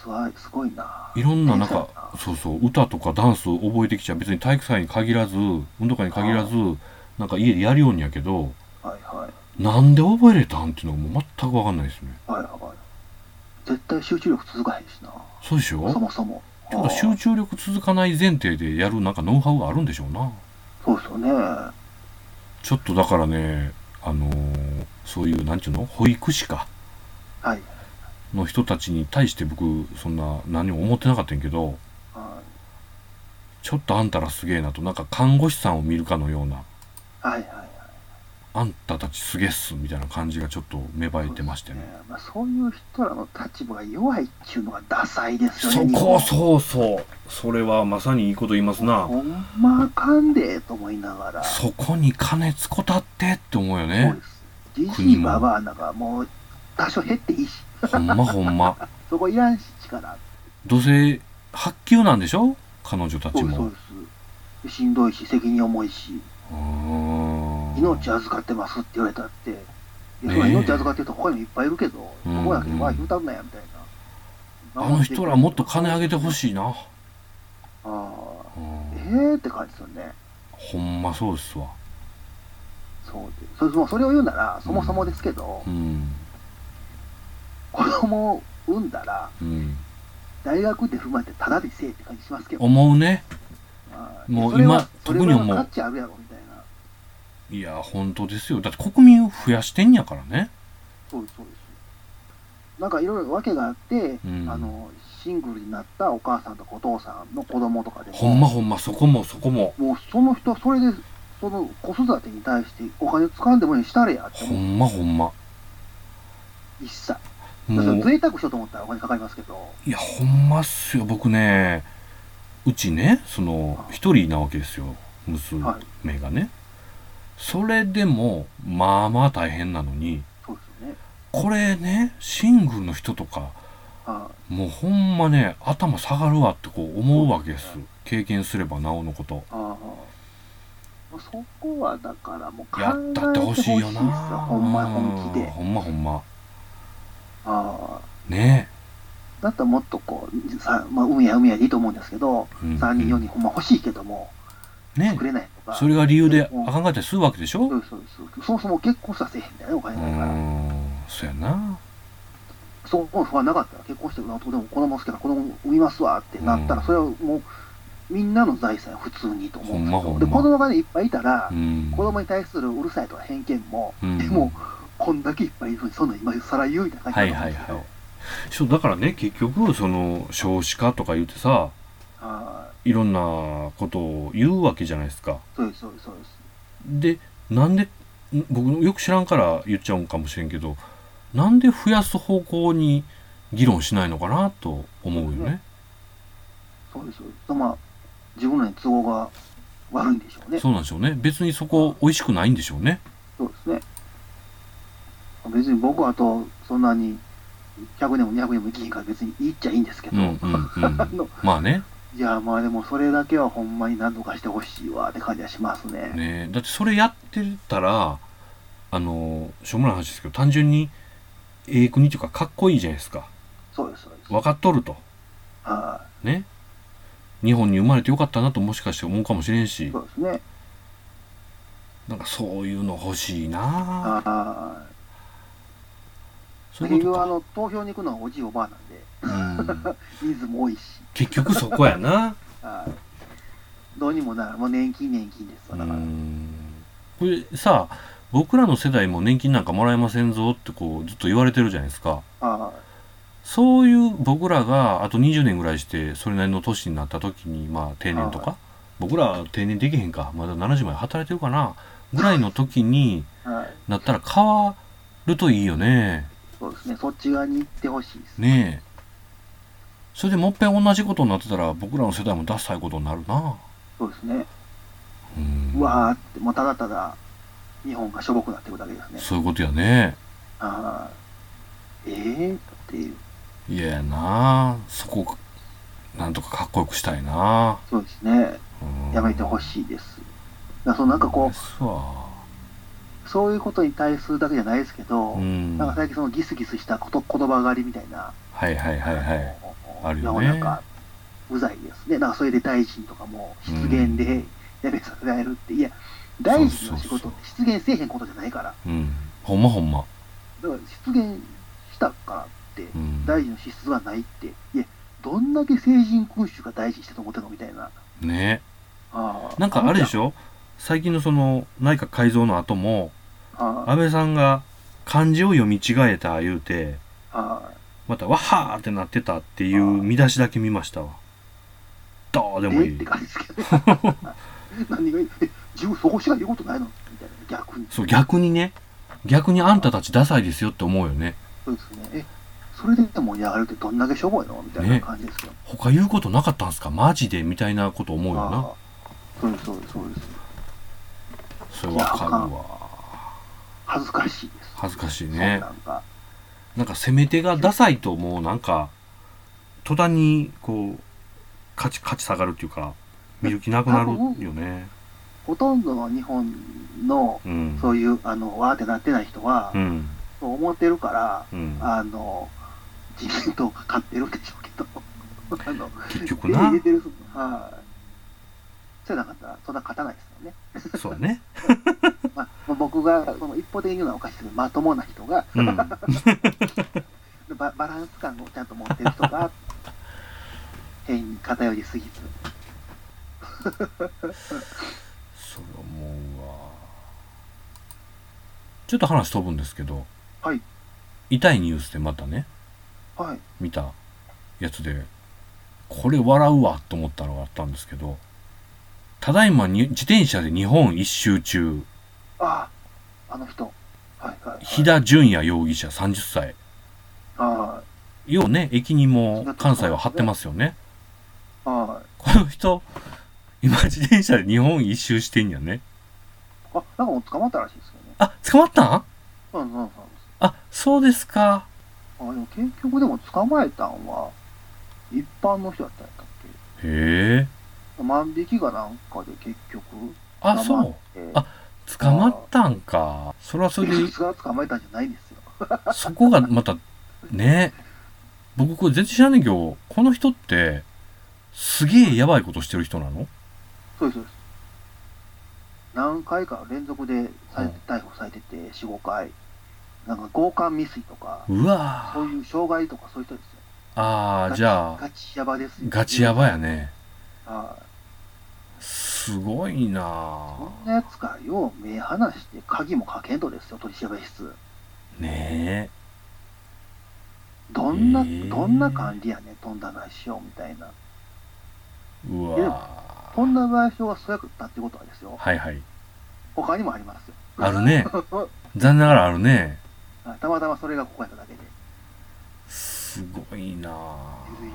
すごい、すごいな。
いろんななん
天才
かそうそう歌とかダンスを覚えてきちゃう別に体育祭に限らず運動会に限らずなんか家でやるようにやけど
だなはいはい。
なんで覚えれたんっていうのがもう全くわかんないですね
はいはい。絶対集中力続かへんしな。
そうでしょ
そもそも。
ちょっと集中力続かない前提でやるなんかノウハウがあるんでしょうな
そうですよね。は
ちょっとだからねあのーそういうなんていうの保育士か
い。はい
の人たちに対して僕そんな何も思ってなかったんやけどちょっとあんたらすげえなとなんか看護師さんを見るかのような
はいはい。
あんたたちすげえっすみたいな感じがちょっと芽生えてましてね
まあ、そういう人らの立場が弱いっていうのがダサいですよ
そ
ね。日
こ
本
そうそうそれはまさにいいこと言いますな
ほんまあかんでえと思いながら。
そこに金つこたってって思うよ
そう
ね
です。じじ
国
い
も
ばばあなんかもう多少減っていいし、
ほんまほんま
そこいらんし力。
どうせ発給なんでしょ彼女た
そ
ち
うです、そう
も
です。しんどいし、責任重いし、
うーん
命預かってますって言われたって、いや、そんな
ねえ
命預かってる人他にもいっぱいいるけど、そこだけは言うたんないやみたいな。
あの人らもっと金あげてほ
い。
しいな
ああ、
うん
えーって感じですよね。
ほんまそうですわ
そうです。それもうそれを言うなら、そもそもですけど、
うん
子供を産んだら、
うん
大学で踏まえてただでせえって感じしますけど、
思うね
ああ
もう
それは
今
それ
特に
ぐらい
思う
の価値あるやろみたいな。
いや本当ですよだって国民を増やしてんやからね
そうです、そうです。なんかいろいろ訳があって、
うん
あの、シングルになったお母さんとかお父さんの子供とかでも、
ほんまほんまそこもそこも
もうその人、それで、その子育てに対してお金掴んでもいいようにしたれやって
ほ
思う、
んまほんま
一切。
も
それ
う
贅沢しようと思ったらお金かかりますけど、
いやほんまっすよ僕ねうちねその一人なわけですよ娘がね、それでもまあまあ大変なのに
そうですよね。
これねシングルの人とか
あ
もうほんまね頭下がるわってこう思うわけです経験すればなおのこと
あああもうそこはだからもう考え
やったってほしいよな
てほしですよほんま本気
うん
で。
ほんまほんま
ああ
ね
だったらもっとこう、さまあ、運や運やでいいと思うんですけど、
うん
3人、4人、ほんま欲しいけども、
ね
作れないとか、
それが理由であかんかったりするわけでしょ
そうそうそうそもそも結婚したせえへんみたいなお
う
金ないから、
ーんそやな
そこの不安なかったら、結婚してるなとでも子供好きだから子供産みますわってなったら、
うん
それはもう、みんなの財産、普通にと思うんです
ほ
よ
んまほんま
で、子供が、ね、いっぱいいたら
う、ん
子供に対するうるさいとか偏見も、
うん
でも、こんだけいっぱいいるのに、そんなん今更言うみたい
は
な感
い
じだ
は
と思うん
い
ですけど、
はいそうだからね結局その少子化とか言ってさ
はい
いろんなことを言うわけじゃないですか。
そうです、そうです、そうで
で
す。
なんでん僕よく知らんから言っちゃうんかもしれんけどなんで増やす方向に議論しないのかなと思うよね。
そうです、そうです。まあ、自分らに都合が悪いんでしょうね。
そうなんでしょうね。別にそこ美味しくないんでしょうね。
そうですね。別に僕はあと、そんなに100年も200年も生きひんから別にいいっちゃいいんですけ
う
ど、
んうんうん
あ。の
まあね
いや、まあでもそれだけはほんまに何とかしてほしいわって感じはしますね。
ねだってそれやってたらあのしょうもない話ですけど単純にええ国というかかっこいいじゃないですか。
そうです、そうです。
分かっとると。
は
ね。日本に生まれてよかったなともしかして思うかもしれんし
い。そうですね。
なんかそういうの欲しいなあ
ああ。
そういう
結
こと
局、あ
か。
の、投票に行くのはおじいおばあなんで、
うん
人数も多いし、
結局そこやな。
はいどうにもならん、もう年金年金で す
う
わ、だから。
ん。これさ、僕らの世代も年金なんかもらえませんぞってこうずっと言われてるじゃないですか。
あ
そういう僕らがあと20年ぐらいしてそれなりの年になった時にまあ定年とか、僕ら定年できへんかまだ70まで働いてるかなぐらいの時に
あ、はい。
なったら変わるといいよね。
そうですね。そっち側に行ってほしいです。
ねえ。それでもっぺん同じことになってたら僕らの世代もダサいことになるな。
そうですね。
うん
うわーって、もうただただ、日本がしょぼくなっていくだけですね。
そういうことやね。
ああ。ええー、っていう。
いややなそこなんとかかっこよくしたいな、
そうですね。
うん
やめてほしいです。だからそのなんかこ
ですわ
う、そういうことに対するだけじゃないですけど、
うん
なんか
はい
最近そのギスギスしたこと言葉狩りみたいな、
はいはいはいあるよね
世の中、うざいですね。なんかそれで大臣とかも失言でやめさせられるって、いや、大臣の仕事って失言せえへんことじゃないから、
うんほんまほんま、
だから失言したからって、
うん、
大臣の資質がないって、いや、どんだけ成人君主が大臣してと思ってんのみたいな。
ね
あ
なんかあれでし
ょ
ょ最近のその内閣改造の後も
あ
安倍さんが漢字を読み違えた言うて
あ
またわはーってなってたっていう見出しだけ見ましたわどうで
え
も
ー
い
っ
い
て感じですけど、 何がいいえ、自分そこしか言うことないのみたいな、逆に。
そう逆にね逆にあんたたちダサいですよって思うよね
そうですね。え、それで盛り上がるってどんだけしょぼいのみたいな感じですけど。
他言うことなかったんすかマジでみたいなこと思うよな
ああそうです、そうです、そうです。
それわかる
いや
わ
恥ずかしいです。
恥ずかしい
そう
ね
なんか、
なんか攻め手がダサいともうなんか途端にこう価値価値下がるっていうか見る気なくなるよね
ほとんどの日本の、
うん
そういう、あの、わーってなってない人は、
うん
そう思ってるから、
うん
あの、自民党が勝ってるんでしょうけど、 あの、
結局
手
な
入れてる、はい。そうじゃなかったら、そんな勝たないですよね。
そうだね
まあ、まあ僕が、その一方的に言うのはおかしいですけど、まともな人が、
うん
ババランス感をちゃんと持ってる人が変に偏りすぎず
そう思うわちょっと話飛ぶんですけど
はい
痛いニュースでまたね
はい
見たやつでこれ笑うわと思ったのがあったんですけどただいまに自転車で日本一周中
あああの人はいはい、はい、
飛田純也容疑者30歳
は
ようね駅にも関西は張ってますよね
いは
この人今自転車で日本一周してんやね
いあなんかもう捕まったらしいですよね
あ捕まったん
そうそうそう
あそうですか
そうあでも結局でも捕まえたんは一般の人だったんやったっ
へえ
け万引きがなんかで結局
あそう
う
あ捕まったんかそれはそ
それ
れで
でが捕まえたんじゃないんですよ
そこがまたね僕これ全然知らんねんけどこの人ってすげえやばいことしてる人なの
そうですそうです何回か連続でされて逮捕されてて45回なんか強姦未遂とか
うわ
そういう障害とかそういう人ですよ。
ーあ
ガ
ー
チ
じゃあ
ガチヤバですよ。
ガチやばやね
はい。
すごいな
こ
あ
んなやつからよう目離して鍵もかけんとですよ、取り調べ室。
ね
どんな、
へえ
どんな管理やねん、とんだなしようみたいな。
うわ
こんな賠償が少なくったってことはですよ。
はいはい
他にもありますよ。
あるね残念ながらあるね
はいたまたまそれがここやっただけで。
すごいなあ
ゆる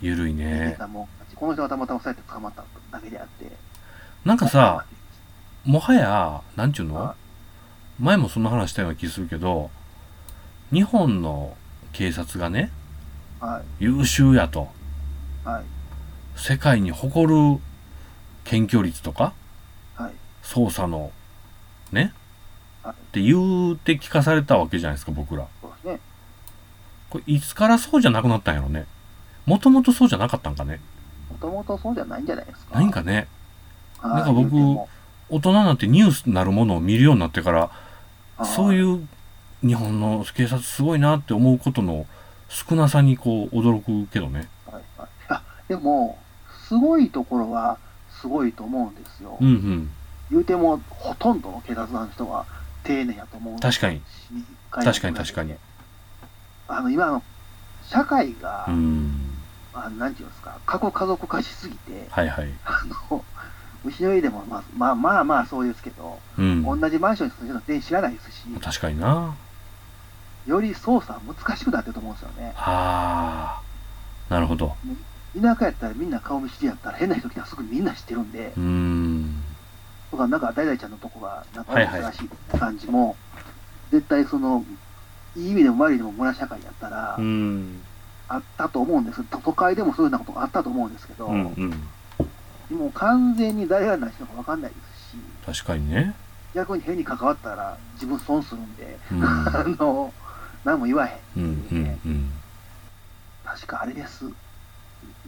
ゆるい
ゆる。
ね
たもん勝ちこの人がたまたまそうやって捕まっただけであって。
なんかさもはやなんちゅうの
は
前もそんな話したような気するけど日本の警察がね
は
優秀やと
い、はい、
世界に誇る検挙率とか
はい、
捜査のね
はい
って言うて聞かされたわけじゃないですか僕ら
そうですね。
これいつからそうじゃなくなったんやろねもともとそうじゃなかったんかね
もともとそうじゃないんじゃないですか。
ないんかね
はい、
なんか僕
言うても
大人になってニュースになるものを見るようになってからそう
う。
いう日本の警察すごいなって思うことの少なさにこう驚くけどね
はいはい、あでも、すごいところはすごいと思うんですよ。
うんうん
言うても、ほとんどの警察官の人は丁寧やと思うし。
確かに確かに確かに。
あの、今の、社会が、
うん
あのなんていうんですか、過去家族化しすぎて、
はいはい
あの、うちの家でも、まあ、まあまあまあそうですけど、
うん
同じマンションに住んでるの全員知らないですし、
確かにな
より操作は難しくなってると思うんですよね。
あーなるほど
田舎やったらみんな顔見知りやったら変な人来たらすぐみんな知ってるんで
う、ーん
とか、なんか、大々ちゃんのとこが、なんか、
はいはい
珍しい感じも、絶対その、いい意味でも悪い意味でも村社会やったら
う、ん
あったと思うんです。都会でもそういうようなことがあったと思うんですけど、
うんうん
もう完全に誰が何してるか分かんないですし、
確かにね
逆に変に関わったら自分損するんで、
うん
あの、何も言わへん。
うんうんうん
確かあれです。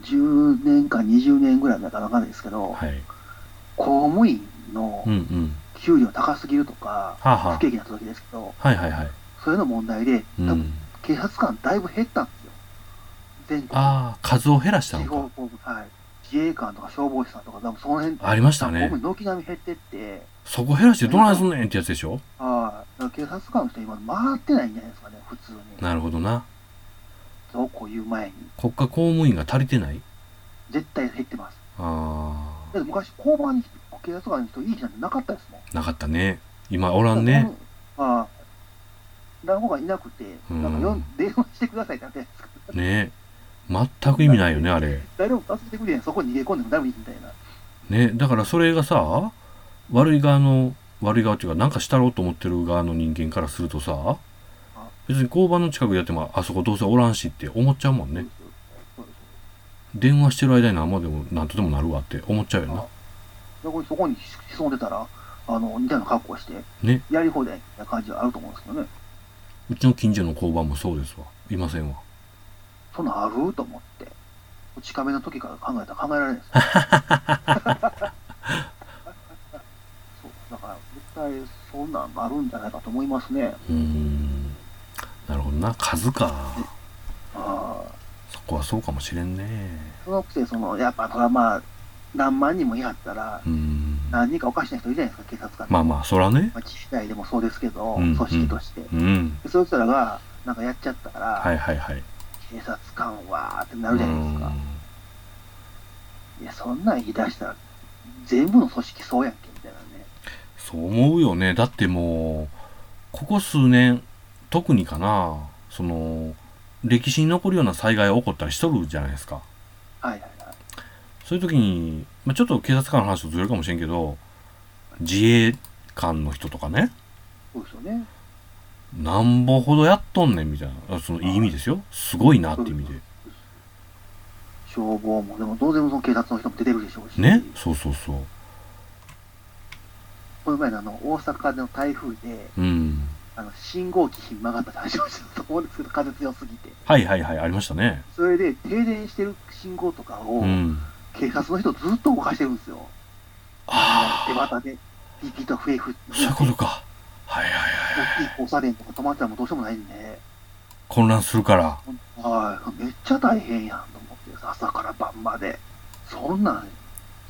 10年か20年ぐらいだから分かんないです けど、
はい
公務員の
うんうん
給料高すぎるとか、
はあ
不
は
景気な時ですけど、
あはいはいはい
そういうの問題で、
う
多分
ん
警察官だいぶ減ったんですよ。全国、
ああ数を減らした
地
のか
方公務、はい、自衛官とか消防士さんとか、多分その辺、
ありました
公
ね
務員軒並み減ってって、
そこ減らしてどないすんねんってやつでしょ
はい、だから警察官の人今回ってないんじゃないですかね、普通に。
なるほどな
どうこう言う前に。
国家公務員が足りてない
絶対減ってます。
あ
だって昔、交番に警察官の人いい人なんてなかったですもん。
あなかったね今おらんね。
ああ。だ方がいなくて、
うん
なんかよん電話してくださいってなって、
ね全く意味ないよねあれ
誰も助けてくれへん、そこに逃げ込んでも誰もいいみたいな。
ねだからそれがさ悪い側の悪い側っていうかなんかしたろうと思ってる側の人間からするとさ別に交番の近くでやってもあそこどうせおらんしって思っちゃうもんね
そうです
電話してる間に何までも何とでもなるわって思っちゃうよな
あ逆にそこに潜んでたら、あの、似たような格好をして、
ね
やり放題な感じはあると思うんですけどね。
うちの近所の交番もそうですわいませんわ
そんなんあると思って、こち亀の時から考えたら考えられないですよ。そう、だから絶対そんなんあるんじゃないかと思いますね。
うーんなるほどな数か
ああ
そこはそうかもしれんね
そのくせ、その、やっぱ、それはまあ、何万人もいはったら
う、ーん
何人かおかしな人いるじゃないですか、警察官。
まあまあそらね
まあ自治体でもそうですけど、
うん
組織として。
うん
でそういう人らが、なんかやっちゃったから、
はいはいはい
警察官はーってなるじゃないですか。いや、そんなん言い出したら、全部の組織そうやんけ、みたいなね。
そう思うよね。だってもう、ここ数年、特にかな、その、歴史に残るような災害が起こったりしとるじゃないですか。
はいはいはい。
そういう時に、まあ、ちょっと警察官の話とずれるかもしれんけど、自衛官の人とかね、
そうですよね。
なんぼほどやっとんねんみたいな、あそのいい意味ですよ。すごいなって意味で。
消防も、でも当然その警察の人も出てるでしょうし。
ねそうそうそう。
この前のあの、大阪の台風で、
うん。あ
あの、信号機ひん曲がったって話をしたと思うんですけど、風強すぎて。
はいはいはい、ありましたね。
それで停電してる信号とかを
う、ん。
警察の人ずっと動かしてるんですよ。
あ
手旗で、ピピと笛吹
あ、
っ
そう
て
いう、ことか。はいはいはい。
大きい交差点とか止まったらもうどうしようもないんで、
混乱するから。
はい、めっちゃ大変やんと思って、朝から晩まで。そんなん、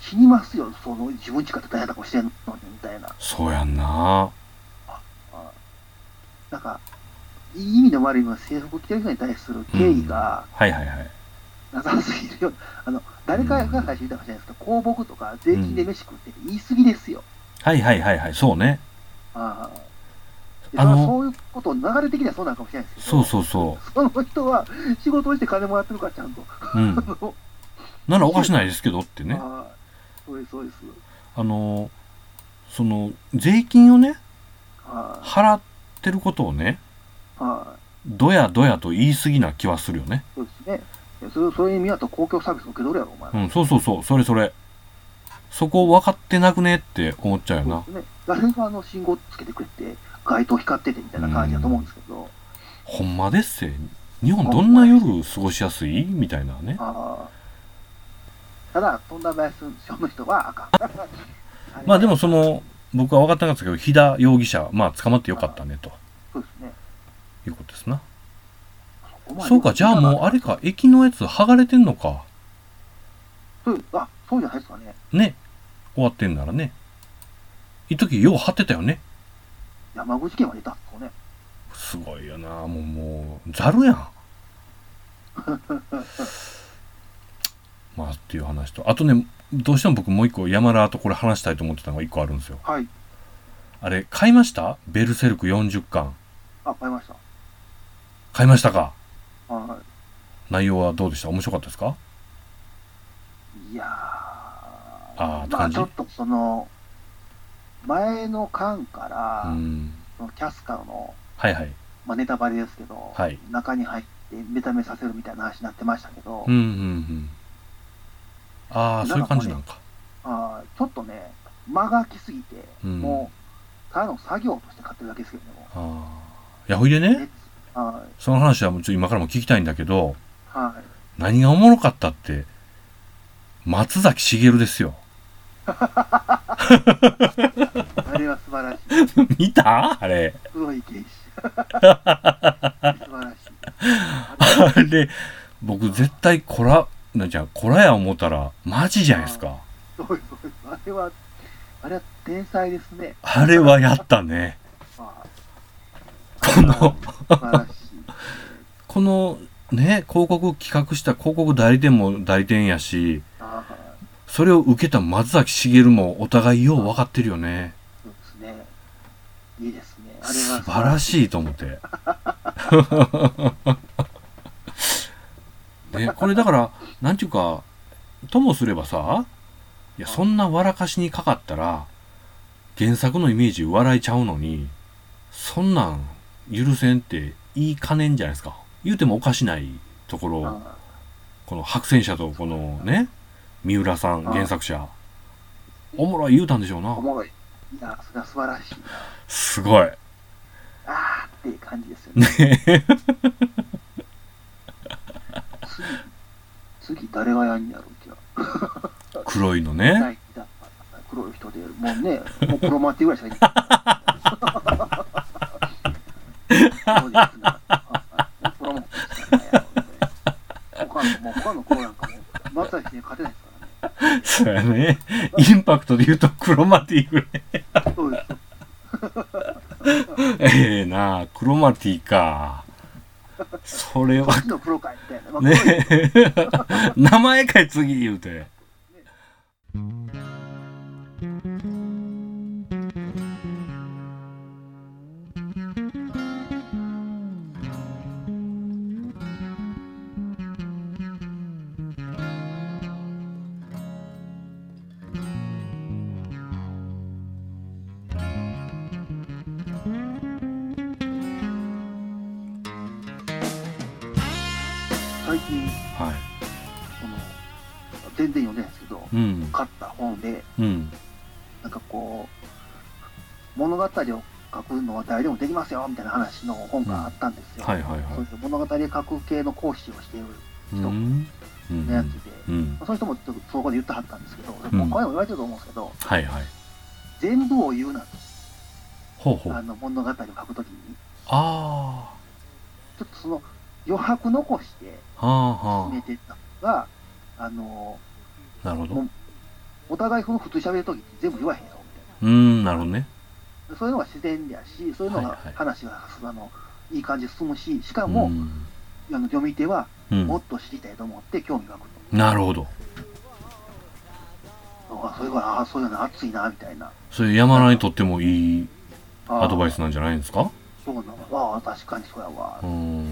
死にますよ、その自分ちかで大変なことしてんのに、みたいな。
そうやんな。
はいなんか、いい意味の悪いのは制服着てる人に対する敬意が、
はいはいはい。
謎々すぎるよあの誰かが最初言ったかじゃないですか公僕とか税金で飯食ってる言い過ぎですよ、
はいはいはいはいそうね
ああで
あの
まあそういうこと流れ的にはそうなのかもしれないですけ
そ
ど
うそうそ
その人は仕事をして金もらってるからちゃんと、
ううん
あの
ならおかしないですけどってね
ああそうですそうです
あのその税金をね
は
払ってることをね
いは
どやどやと言い過ぎな気はするよね
いそうですねいやそれそれに見合った公共サービス受け取るやろお前、
うんそうそうそうそれそれそこ分かってなくねって思っちゃうよな
そうですね誰があの信号つけてくれて街灯光っててみたいな感じだと思うんですけど、
ほんまですせ日本どんな夜過ごしやすいみたいなね
あーただ、とんだ林賞の人はあかん。れ
まあでもそ、の僕は分かってなかったけど飛田容疑者まあ捕まってよかったねと
そうですね。
いうことですな
お前
そうかじゃあもうあれか駅のやつ剥がれてんのか
そうあ、そうじゃないですかね。
ね終わってんならね一時よう張ってたよね
山口県は出たんですよね。
すごいよなもうもうざるやんまあっていう話とあとねどうしても僕もう一個山田とこれ話したいと思ってたのが一個あるんですよ
はい。
あれ買いましたベルセルク40巻
あ、買いました。
買いましたか
は
内容はどうでした面白かったですか
い。いやー。
あーって
ま
感
あ
じ
ちょっとその、前の巻から、
うん
そのキャスカーの、
はいはい
まあ、ネタバレですけど、
はい
中に入って目覚めさせるみたいな話になってましたけど、
うんうんうんああそういう感じなんか
あーちょっとね、間が来すぎて、
うん
もう、ただの作業として買ってるだけですけどね、もう
ああいやほいでね
は
その話はもうちょっと今からも聞きたいんだけど
い。はい。
何がおもろかったって松崎しげるですよ
あれは素晴らし い。
見たあれ
黒い 剣士。素晴らしい。
あれ僕絶対こらなんじゃこらや思ったらマジじゃないですか
そういうことですあれは、あれは天才ですね。
あれはやったね
あ
この
あ素晴らしい。
このね広告企画した広告代理店も代理店やし
ああ、
それを受けた松崎しげるもお互いよう分かってるよね
そうですね。いいですね。あれは
素晴ら
しい。
しいと思って。 ね、これだからなんていうかともすればさいやそんな笑かしにかかったら原作のイメージ笑いちゃうのにそんなん許せんっていいかねんじゃないですか言うてもおかしないところを
あ
この白戦車とこのね三浦さん
あ
原作者おもろい言うたんでしょう
あ
な
おもろい。いや、それは素晴らしいな。
すごい
ああ、っていう感じですよね。 次、次誰がやんやろうじゃあ。
黒いのね
第一弾黒い人でもうね、もう黒マってぐらいしかいない。そうですねあ黒マってしかいないやろ他の、もう他の黒なんかもう、またして勝てないですか
そ
らね。
うやね。インパクトで言うとクロマティぐらい。
そうです。
ええなあクロマティか。それ
こ
は
っちの黒かいみたいな。まあ
ね
黒いです
え。名前かい次言うて。
最近、
は
その、全然読んでないですけど、
い。うん。
買った本で、
うん。
なんかこう、物語を書くのは誰でもできますよ、みたいな話の本があったんですよ。
はいはい
そう
は
です物語書く系の講師をしている
い。うん。う
のやつで、
ん。うん。
まあ、その人もちょっとそこで言ってはったんですけど、
ん
もうこれも言われてると思うんですけど、
はいはい。
全部を言うな
ほうほ
と、あ
う。
の物語を書くときに、
あ
ちょっとその余白残して
あ。はあ
進め
は
ていったのが、あの
あ。なるほど
も。お互いその普通に喋るときって全部言わへんよみた
うん、なるほどね。
いな、そういうのが自然やし、そういうの
は
が
いはい
話が、あのいい感じに進むし、しか
う
も、
ん。
あの読み手は
うん
もっと知りたいと思って興味が湧く
なるほど
と、あそれからあそういうの熱いなみたいな
それ山田にとってもいい
あ
アドバイ
ス
スなんじゃないんですか
そうなのああ確かにそうやわ
うーん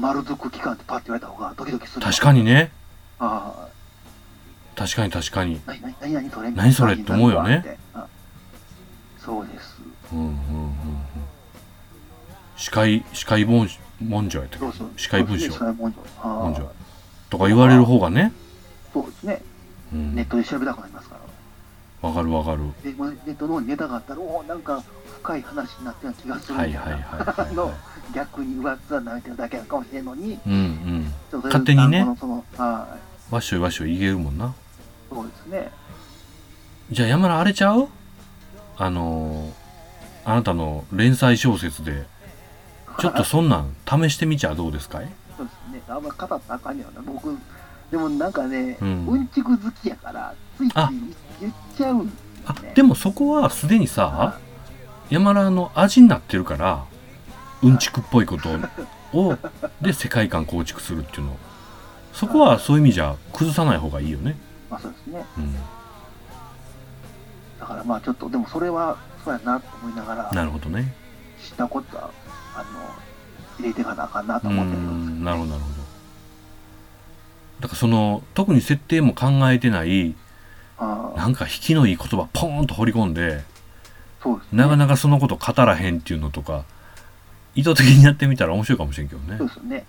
丸づく期間ってパッて言われた方がドキドキする
確かにね
あ
確かに確かに
あ何何何何それ
何それって思うよね
あそうです
うんうんうんうん司会司会文書文書やったっけ
そうそう
司会文書
司会文書あ
文
あ
書とか言われる方がね
そうですね
うん
ネットで調べたくなりますから
わかるわかる
でまあネットの方にネタがあったらおおなんか深い話になってるような気がする
はい
み
は
た
い
い
はい
な
は
あ
い、
の
は
逆に上っ面舐めてるだけなのかもしれんのに
い、うんうん
ちょっと
勝手にね
そのそのはい
わっしょいわっしょい言えるもんな
そうですね。
じゃあ山田あれちゃうあのーあなたの連載小説でちょっとそんなん試してみちゃどうですかい
そうですね。あんま語ったらあかんねやろな。僕、でもなんかね、
う
うんん、ちく好きやから、ついつい
あ
言っちゃうんで
あ
すね。
でもそこはすでにさ山田の味になってるからうんちくっぽいことをで世界観構築するっていうのそこはそういう意味じゃ崩さない方がいいよね、
まあそうですね。
うん、
だからまあちょっと、でもそれはそうやなと思いながら、
なるほどね
知ったことは、あの、入れていかなあかんな
う
と
ー
思ってるんです
んなるほどなるほどだからその特に設定も考えてない
けど、ああ
なんか引きのいい言葉ポーンと掘り込んで
そうですね。
なかなかそのこと語らへんっていうのとか意図的にやってみたら面白いかもしれんけどね
そうですよね。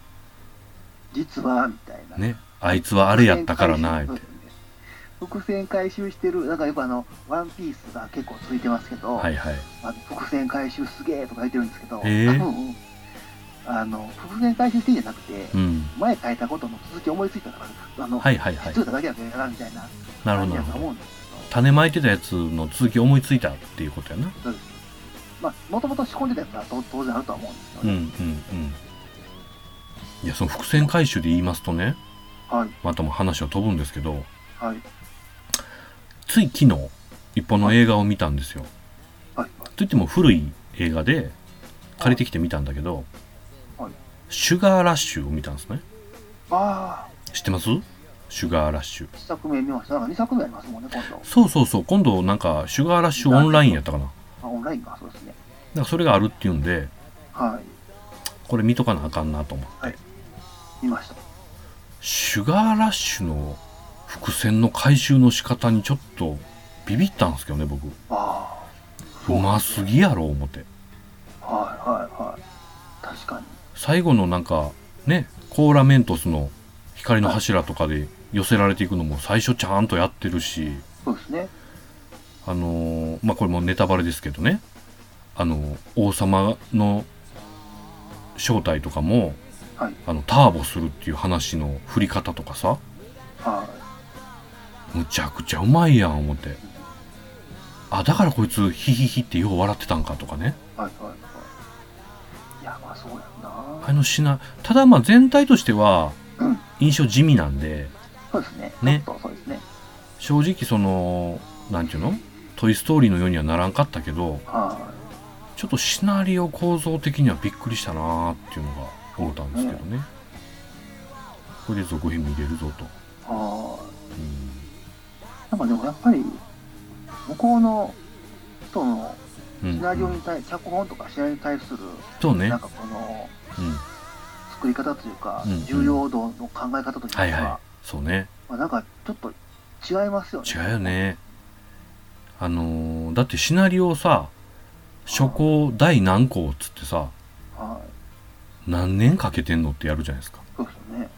実は、みたいな。
ねあいつはあれやったからなって
伏線回収してる、なんかよくあの、ワンピースが結構続いてますけど、
はいはい
あの伏線回収すげえとか言ってるんですけど、
へー
多分あの伏線回収してんじゃなくて、
うん
前書いたことの続き思いついたから、あの、
はいはいはい
ついただけやけどなみたいな
なるほど
感じ
な
や
るほ
と
ど
思うんですけ
種まいてたやつの続き思いついたっていうことやな
ど、まあ、もともと仕込んでたやつは当当然あるとは思うんですよ
うんうん
ね。
うんいやその伏線回収で言いますとね
はい、
またもう話は飛ぶんですけど
はい、
つい昨日一本の映画を見たんですよ
はい、
といっても古い映画で借りてきて見たんだけど
はい
「シュガーラッシュ」を見たんですね
あ
知ってますシュガーラッシュ
あ、1作目見ました。なんか2作目ありますもんね、今度。
そうそうそう今度なんかシュガーラッシュオンラインやったかな
あオンラインか、そうですね。
なんかそれがあるっていうんで
はい、
これ見とかなあかんなと思って
見ました。
シュガーラッシュの伏線の回収の仕方にちょっとビビったんですけどね僕
あ
うますぎやろ思って
あ、はい、はい、はい。確かに。
最後のなんかねコーラメントスの光の柱とかで寄せられていくのも最初ちゃんとやってるし
そうですね。
あのーまあこれもネタバレですけどねあのー王様の正体とかも
はい、
あのターボするっていう話の振り方とかさ
はい。
むちゃくちゃうまいやん思ってあだからこいつヒヒヒってよう笑ってたんかとかね
はいはいはい。いや、まあそうやんな。
あのしなただまあ全体としては
うん
印象地味なんで
そうですね。
ね
ちょっとそうですね。
正直そのなんていうの「トイ・ストーリー」のようにはならんかったけど
は
ちょっとシナリオ構造的にはびっくりしたなーっていうのが思ったんですけどねこれで続編見れるぞと、
い。は
う
い。なんかでもやっぱり、向こうの人の
んうん
シナリオに対、脚本とかシナリオに対する、
そうね
なんかこの
うん
作り方というか、
うん
重要度の考え方というか、
はいはいそうね
まあ、なんかちょっと違いますよね。
違うよ。ねあのーだってシナリオさ初行第何項っつってさ
はい。
何年かけてんのってやるじゃないですか
そうですよね。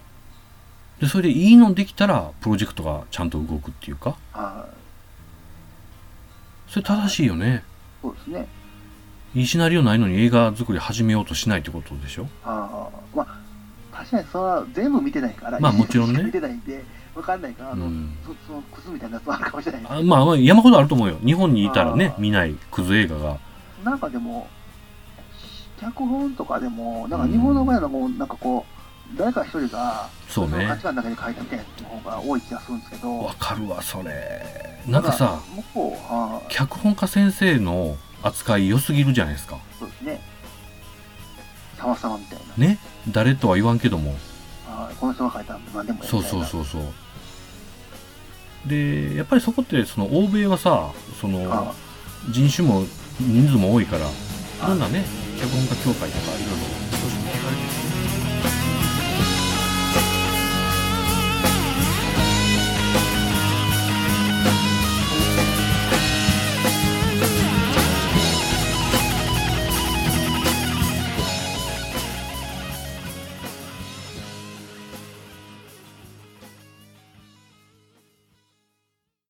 でそれでいいのできたらプロジェクトがちゃんと動くっていうか
はい。
それ正しいよね
そうですね。
いいシナリオないのに映画作り始めようとしないってことでしょ
ああ、まあ、確かにそれは全部見てないから、
まあもちろんね
見てないんで、わかんないから、あの、
うん
そそのクズみたいなやつはあるかもしれないです
あまあまあ山ほどあると思うよ日本にいたらね
あー
見ないクズ映画が
なんかでも、脚本とかでも、なんか日本の場合はもう、なんかこう、誰か一人が、
そう
の価
ね
値観の中に書いたみたいな方が多い気がするんですけど、
わかるわそれなんかさ、
向こうは、
脚本家先生の扱い良すぎるじゃないですか
そうですね、脚沢様みたいな。
ね誰とは言わんけども
はいこの人が書いたら何でもや
そうそう
う。
そうそうでやっぱりそこってその欧米はさその
あ
人種も人数も多いからい
あ
ろんなね脚本家協会とかいろいろ組織